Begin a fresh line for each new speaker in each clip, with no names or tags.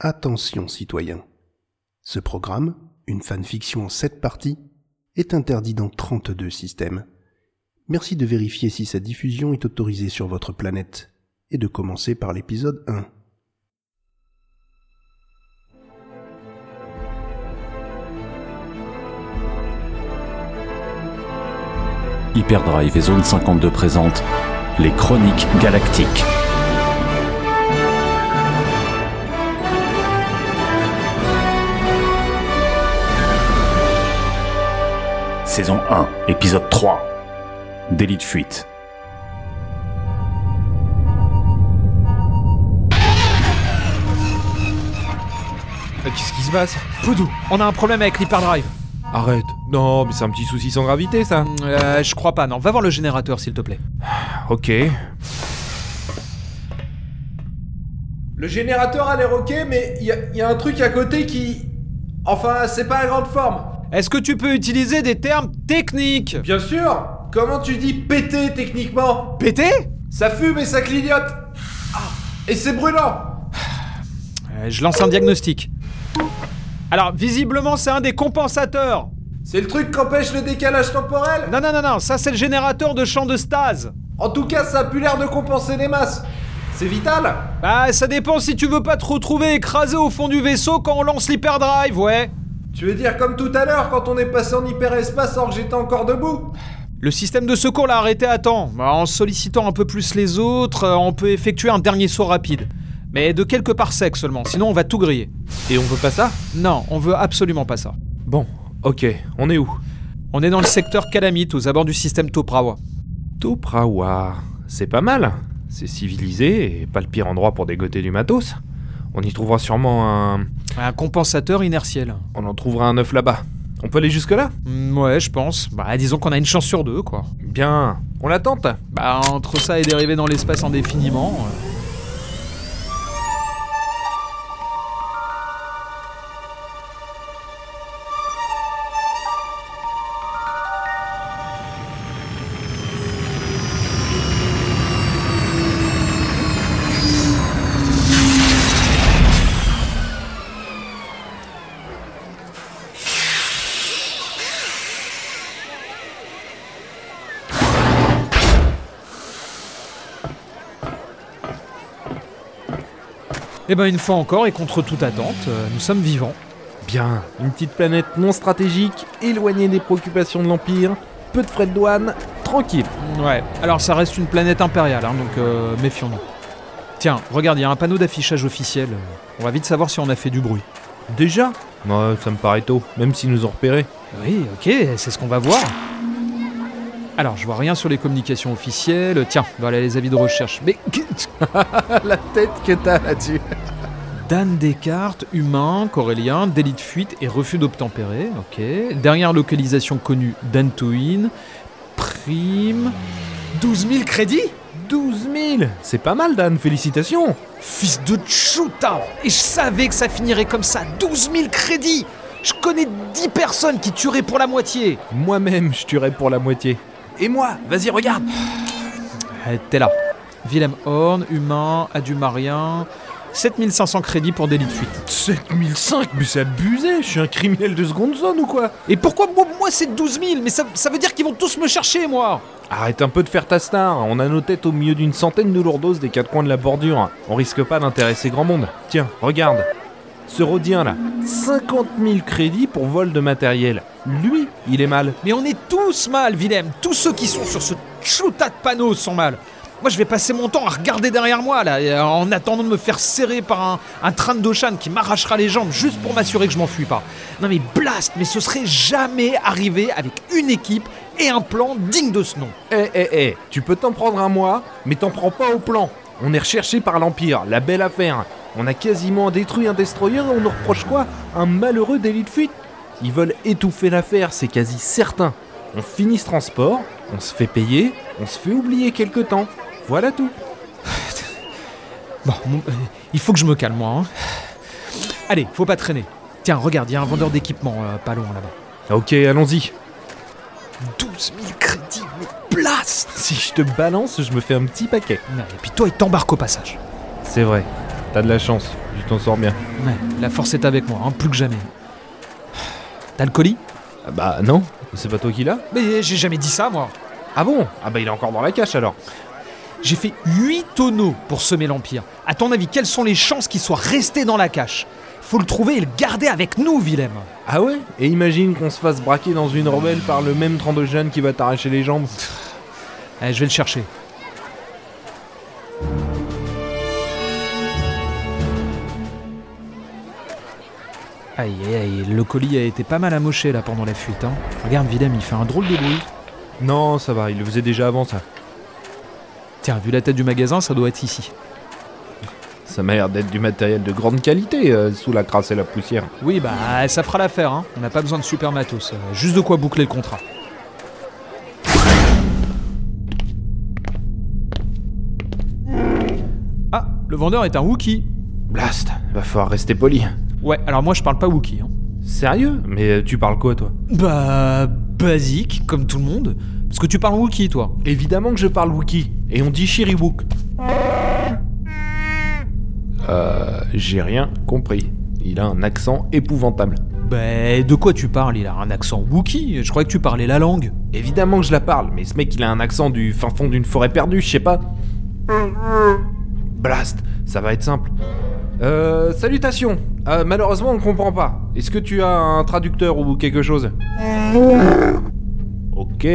Attention citoyens. Ce programme, une fanfiction en 7 parties, est interdit dans 32 systèmes. Merci de vérifier si sa diffusion est autorisée sur votre planète et de commencer par l'épisode 1.
Hyperdrive et Zone 52 présentent les Chroniques Galactiques. Saison 1, épisode 3. Délit de fuite.
Euh, Qu'est-ce qui se passe
Poudou, on a un problème avec l'hyperdrive.
Arrête. Non, mais c'est un petit souci sans gravité, ça.
Euh, je crois pas, non. Va voir le générateur, s'il te plaît.
Ok.
Le générateur a l'air ok, mais il y, a- y a un truc à côté qui. Enfin, c'est pas la grande forme.
Est-ce que tu peux utiliser des termes techniques
Bien sûr Comment tu dis péter techniquement
Pété
Ça fume et ça clignote Ah, Et c'est brûlant
Euh, Je lance un diagnostic. Alors, visiblement, c'est un des compensateurs.
C'est le truc qu'empêche le décalage temporel
Non, non, non, non, ça c'est le générateur de champ de stase.
En tout cas, ça a plus l'air de compenser les masses C'est vital
Bah, ça dépend si tu veux pas te retrouver écrasé au fond du vaisseau quand on lance l'hyperdrive, ouais.
Tu veux dire comme tout à l'heure quand on est passé en hyperespace alors que j'étais encore debout
Le système de secours l'a arrêté à temps. Bah, En sollicitant un peu plus les autres, euh, on peut effectuer un dernier saut rapide. Mais de quelques par sec seulement, sinon on va tout griller.
Et on veut pas ça
Non, on veut absolument pas ça.
Bon, ok. On est où
On est dans le secteur calamite, aux abords du système Toprawa.
Toprawa. C'est pas mal. C'est civilisé et pas le pire endroit pour dégoter du matos. On y trouvera sûrement un.
Un compensateur inertiel.
On en trouvera un œuf là-bas. On peut aller jusque-là
Hmm, ouais, je pense. Bah, disons qu'on a une chance sur deux, quoi.
Bien. On la tente
Bah, entre ça et dériver dans l'espace indéfiniment. euh. Eh ben, une fois encore, et contre toute attente, euh, nous sommes vivants.
Bien. Une petite planète non stratégique, éloignée des préoccupations de l'Empire, peu de frais de douane, tranquille.
Ouais, alors ça reste une planète impériale, hein, donc euh, méfions-nous. Tiens, regarde, il y a un panneau d'affichage officiel. On va vite savoir si on a fait du bruit.
Déjà Ouais, Bah, ça me paraît tôt, même s'ils nous ont repérés.
Oui, ok, c'est ce qu'on va voir. Alors, je vois rien sur les communications officielles. Tiens, voilà les avis de recherche. Mais
La tête que t'as là-dessus
Dan Descartes, humain, corélien, délit de fuite et refus d'obtempérer. Ok. Dernière localisation connue, Dantooine. Prime. 12 000 crédits
12 000 C'est pas mal, Dan, félicitations
Fils de Chuta Et je savais que ça finirait comme ça 12 000 crédits Je connais 10 personnes qui tueraient pour la moitié
Moi-même, je tuerais pour la moitié. Et moi Vas-y, regarde
Euh, T'es là. Willem Horn, humain, adumarien. 7500 crédits pour délit de fuite.
7005 Mais c'est abusé Je suis un criminel de seconde zone ou quoi
Et pourquoi moi, moi, c'est 12 000 Mais ça, ça veut dire qu'ils vont tous me chercher, moi
Arrête un peu de faire ta star, on a nos têtes au milieu d'une centaine de lourdos des quatre coins de la bordure. On risque pas d'intéresser grand monde. Tiens, regarde Ce rodien là, 50 000 crédits pour vol de matériel. Lui, il est mal.
Mais on est tous mal, Willem Tous ceux qui sont sur ce chouta de panneaux sont mal Moi, je vais passer mon temps à regarder derrière moi, là, et, euh, en attendant de me faire serrer par un, un train de Doshan qui m'arrachera les jambes juste pour m'assurer que je m'enfuis pas. Non mais blast Mais ce serait jamais arrivé avec une équipe et un plan digne de ce nom
Eh eh eh, tu peux t'en prendre à moi, mais t'en prends pas au plan. On est recherché par l'Empire, la belle affaire. On a quasiment détruit un destroyer et on nous reproche quoi Un malheureux délit de fuite Ils veulent étouffer l'affaire, c'est quasi certain. On finit ce transport, on se fait payer, on se fait oublier quelque temps. Voilà tout.
Bon, mon- euh, il faut que je me calme, moi. hein. Allez, faut pas traîner. Tiens, regarde, il y a un vendeur d'équipement euh, pas loin là-bas.
Ok, allons-y.
12 000 crédits, mais blast
Si je te balance, je me fais un petit paquet.
Et puis toi, il t'embarque au passage.
C'est vrai. T'as de la chance, tu t'en sors bien.
Ouais, la force est avec moi, hein, plus que jamais. T'as le colis
Ah Bah non, c'est pas toi qui l'as
Mais j'ai jamais dit ça, moi.
Ah bon Ah bah il est encore dans la cache alors.
J'ai fait 8 tonneaux pour semer l'Empire. À ton avis, quelles sont les chances qu'il soit resté dans la cache Faut le trouver et le garder avec nous, Willem.
Ah ouais Et imagine qu'on se fasse braquer dans une rebelle par le même Jeanne qui va t'arracher les jambes.
Allez, Eh, je vais le chercher. Aïe aïe aïe, le colis a été pas mal amoché là pendant la fuite. Hein. Regarde, Willem, il fait un drôle de bruit.
Non, ça va, il le faisait déjà avant ça.
Tiens, vu la tête du magasin, ça doit être ici.
Ça m'a l'air d'être du matériel de grande qualité euh, sous la crasse et la poussière.
Oui, bah ça fera l'affaire, hein. on n'a pas besoin de super matos, euh, juste de quoi boucler le contrat. Ah, le vendeur est un Wookie.
Blast, va falloir rester poli.
Ouais, alors moi je parle pas Wookie. Hein.
Sérieux Mais euh, tu parles quoi toi
Bah, basique, comme tout le monde. Parce que tu parles Wookie, toi.
Évidemment que je parle Wookie, et on dit Shiribook. Euh, j'ai rien compris. Il a un accent épouvantable.
Bah, de quoi tu parles Il a un accent Wookie, je croyais que tu parlais la langue.
Évidemment que je la parle, mais ce mec il a un accent du fin fond d'une forêt perdue, je sais pas. Blast, ça va être simple. Euh, salutations. Euh, malheureusement, on ne comprend pas. Est-ce que tu as un traducteur ou quelque chose Ok,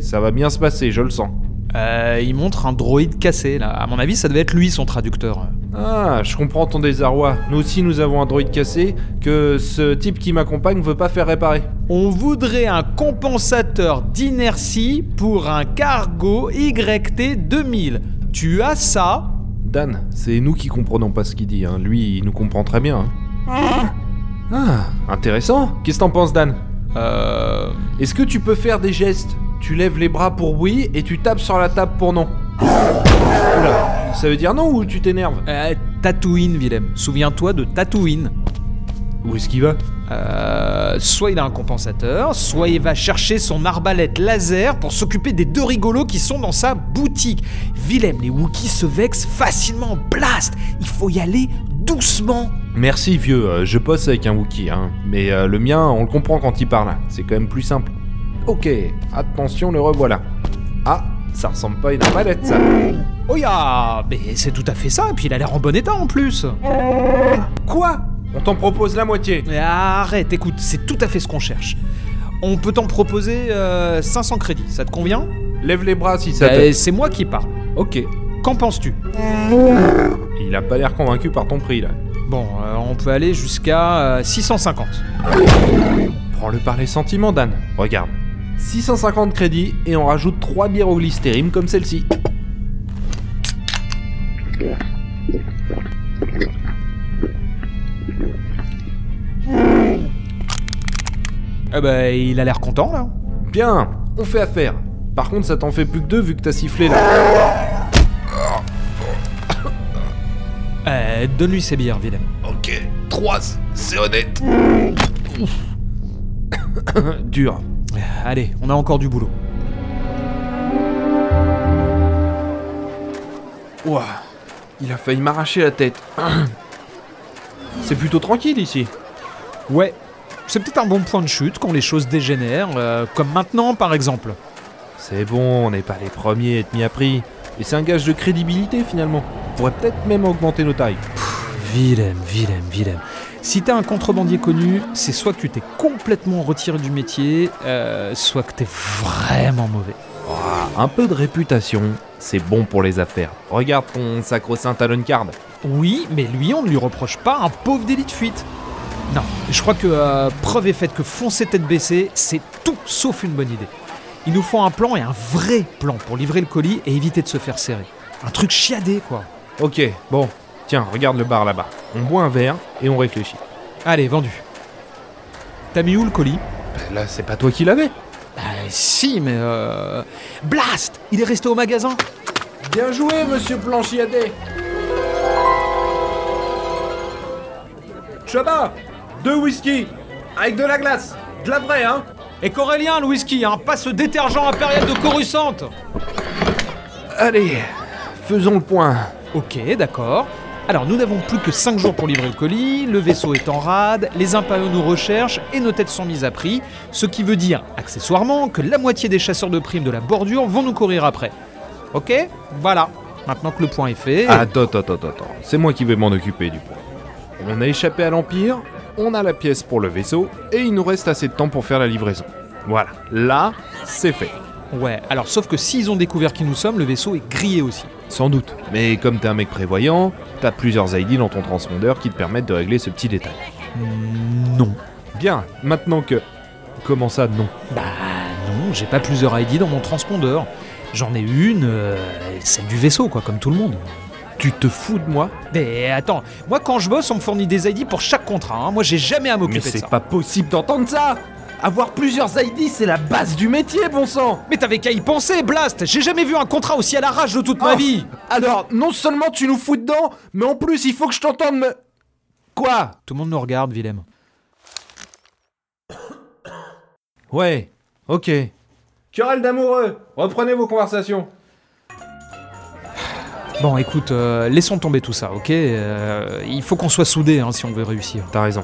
ça va bien se passer, je le sens.
Euh, il montre un droïde cassé, là. À mon avis, ça devait être lui, son traducteur.
Ah, je comprends ton désarroi. Nous aussi, nous avons un droïde cassé que ce type qui m'accompagne veut pas faire réparer.
On voudrait un compensateur d'inertie pour un cargo YT 2000. Tu as ça
Dan, c'est nous qui comprenons pas ce qu'il dit. hein. Lui, il nous comprend très bien. hein. Ah, intéressant. Qu'est-ce que t'en penses, Dan
Euh.
Est-ce que tu peux faire des gestes Tu lèves les bras pour oui et tu tapes sur la table pour non. Oula, ça veut dire non ou tu t'énerves
euh, Tatooine, Willem. Souviens-toi de Tatooine.
Où est-ce qu'il va
Euh, soit il a un compensateur, soit il va chercher son arbalète laser pour s'occuper des deux rigolos qui sont dans sa boutique. Willem, les Wookiees se vexent facilement. Blast Il faut y aller doucement
Merci vieux, euh, je bosse avec un Wookie, hein. mais euh, le mien, on le comprend quand il parle, c'est quand même plus simple. Ok, attention, le revoilà. Ah, ça ressemble pas à une arbalète, ça.
Oh ya Mais c'est tout à fait ça, et puis il a l'air en bon état en plus
Quoi On t'en propose la moitié.
Mais arrête, écoute, c'est tout à fait ce qu'on cherche. On peut t'en proposer euh, 500 crédits, ça te convient
Lève les bras si ça
Euh,
te...
C'est moi qui parle.
Ok,
Qu'en penses-tu
il a pas l'air convaincu par ton prix, là.
Bon, euh, on peut aller jusqu'à euh, 650.
Prends-le par les sentiments, Dan. Regarde. 650 crédits et on rajoute 3 bières au glycérine comme celle-ci.
Eh ben, il a l'air content là.
Bien, on fait affaire. Par contre, ça t'en fait plus que deux vu que t'as sifflé là.
Euh, donne-lui ses bières, Willem.
Ok, 3, c'est honnête. Dur.
Euh, Allez, on a encore du boulot.
Ouah, il a failli m'arracher la tête. C'est plutôt tranquille ici.
Ouais, c'est peut-être un bon point de chute quand les choses dégénèrent, euh, comme maintenant par exemple.
C'est bon, on n'est pas les premiers à être mis à prix. Et c'est un gage de crédibilité finalement. On pourrait peut-être même augmenter nos tailles.
Willem, Willem, Willem. Si t'es un contrebandier connu, c'est soit que tu t'es complètement retiré du métier, euh, soit que t'es vraiment mauvais.
Un peu de réputation, c'est bon pour les affaires. Regarde ton sacro-saint Talon Card.
Oui, mais lui, on ne lui reproche pas un pauvre délit de fuite. Non, je crois que euh, preuve est faite que foncer tête baissée, c'est tout sauf une bonne idée. Il nous faut un plan et un vrai plan pour livrer le colis et éviter de se faire serrer. Un truc chiadé, quoi.
Ok, bon. Tiens, regarde le bar là-bas. On boit un verre et on réfléchit.
Allez, vendu. T'as mis où le colis
Bah, Là, c'est pas toi qui l'avais.
Bah si, mais... euh, Blast Il est resté au magasin
Bien joué, monsieur Planchiadet Chaba Deux whisky Avec de la glace De la vraie, hein
Et Corélien, le whisky, hein, pas ce détergent impérial de Coruscant
Allez, faisons le point.
Ok, d'accord. Alors, nous n'avons plus que 5 jours pour livrer le colis, le vaisseau est en rade, les impériaux nous recherchent et nos têtes sont mises à prix, ce qui veut dire, accessoirement, que la moitié des chasseurs de primes de la bordure vont nous courir après. Ok Voilà. Maintenant que le point est fait...
Ah, Attends, attends, attends, attends. C'est moi qui vais m'en occuper du point. On a échappé à l'Empire, on a la pièce pour le vaisseau, et il nous reste assez de temps pour faire la livraison. Voilà, là, c'est fait.
Ouais, alors sauf que s'ils ont découvert qui nous sommes, le vaisseau est grillé aussi.
Sans doute. Mais comme t'es un mec prévoyant, t'as plusieurs ID dans ton transpondeur qui te permettent de régler ce petit détail.
Non.
Bien, maintenant que. Comment ça, non
Bah non, j'ai pas plusieurs ID dans mon transpondeur. J'en ai une, euh, celle du vaisseau, quoi, comme tout le monde.
Tu te fous de moi
Mais attends, moi quand je bosse, on me fournit des ID pour chaque contrat. hein. Moi j'ai jamais à m'occuper
Mais
de ça.
c'est pas possible d'entendre ça Avoir plusieurs ID, c'est la base du métier, bon sang
Mais t'avais qu'à y penser, Blast J'ai jamais vu un contrat aussi à l'arrache de toute ma
Oh.
vie
Alors, non seulement tu nous fous dedans, mais en plus, il faut que je t'entende me. Quoi
Tout le monde nous regarde, Willem.
Ouais, ok.
Querelle d'amoureux, reprenez vos conversations.
Bon, écoute, euh, laissons tomber tout ça, ok Euh, Il faut qu'on soit soudés hein, si on veut réussir.
T'as raison.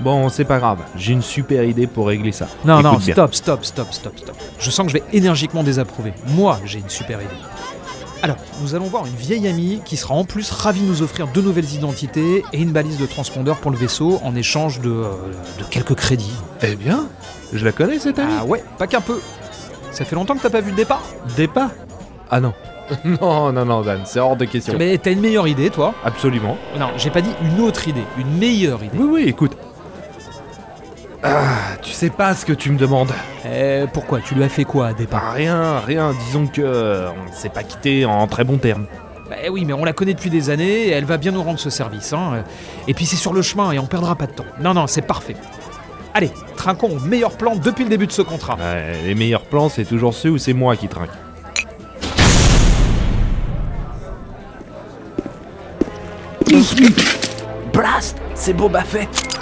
Bon, c'est pas grave, j'ai une super idée pour régler ça.
Non, non,
Écoute bien.
stop, stop, stop, stop, stop. Je sens que je vais énergiquement désapprouver. Moi, j'ai une super idée. Alors, nous allons voir une vieille amie qui sera en plus ravie de nous offrir deux nouvelles identités et une balise de transpondeur pour le vaisseau en échange de, euh, de quelques crédits.
Eh bien, je la connais cette amie.
Ah ouais, pas qu'un peu. Ça fait longtemps que t'as pas vu le départ.
Dépas Ah non. non, non, non, Dan, c'est hors de question.
Ah, Mais t'as une meilleure idée, toi
Absolument.
Non, j'ai pas dit une autre idée, une meilleure idée.
Oui, oui, écoute. Ah, tu sais pas ce que tu me demandes.
Euh, pourquoi Tu lui as fait quoi à départ
Bah, rien, rien, disons que euh, on s'est pas quitté en très bon terme.
Bah oui, mais on la connaît depuis des années, et elle va bien nous rendre ce service. Hein. Euh, Et puis c'est sur le chemin et on perdra pas de temps. Non, non, c'est parfait. Allez, trinquons au meilleur plan depuis le début de ce contrat.
Ouais, les meilleurs plans, c'est toujours ceux où c'est moi qui trinque.
Blast, c'est Boba Fett.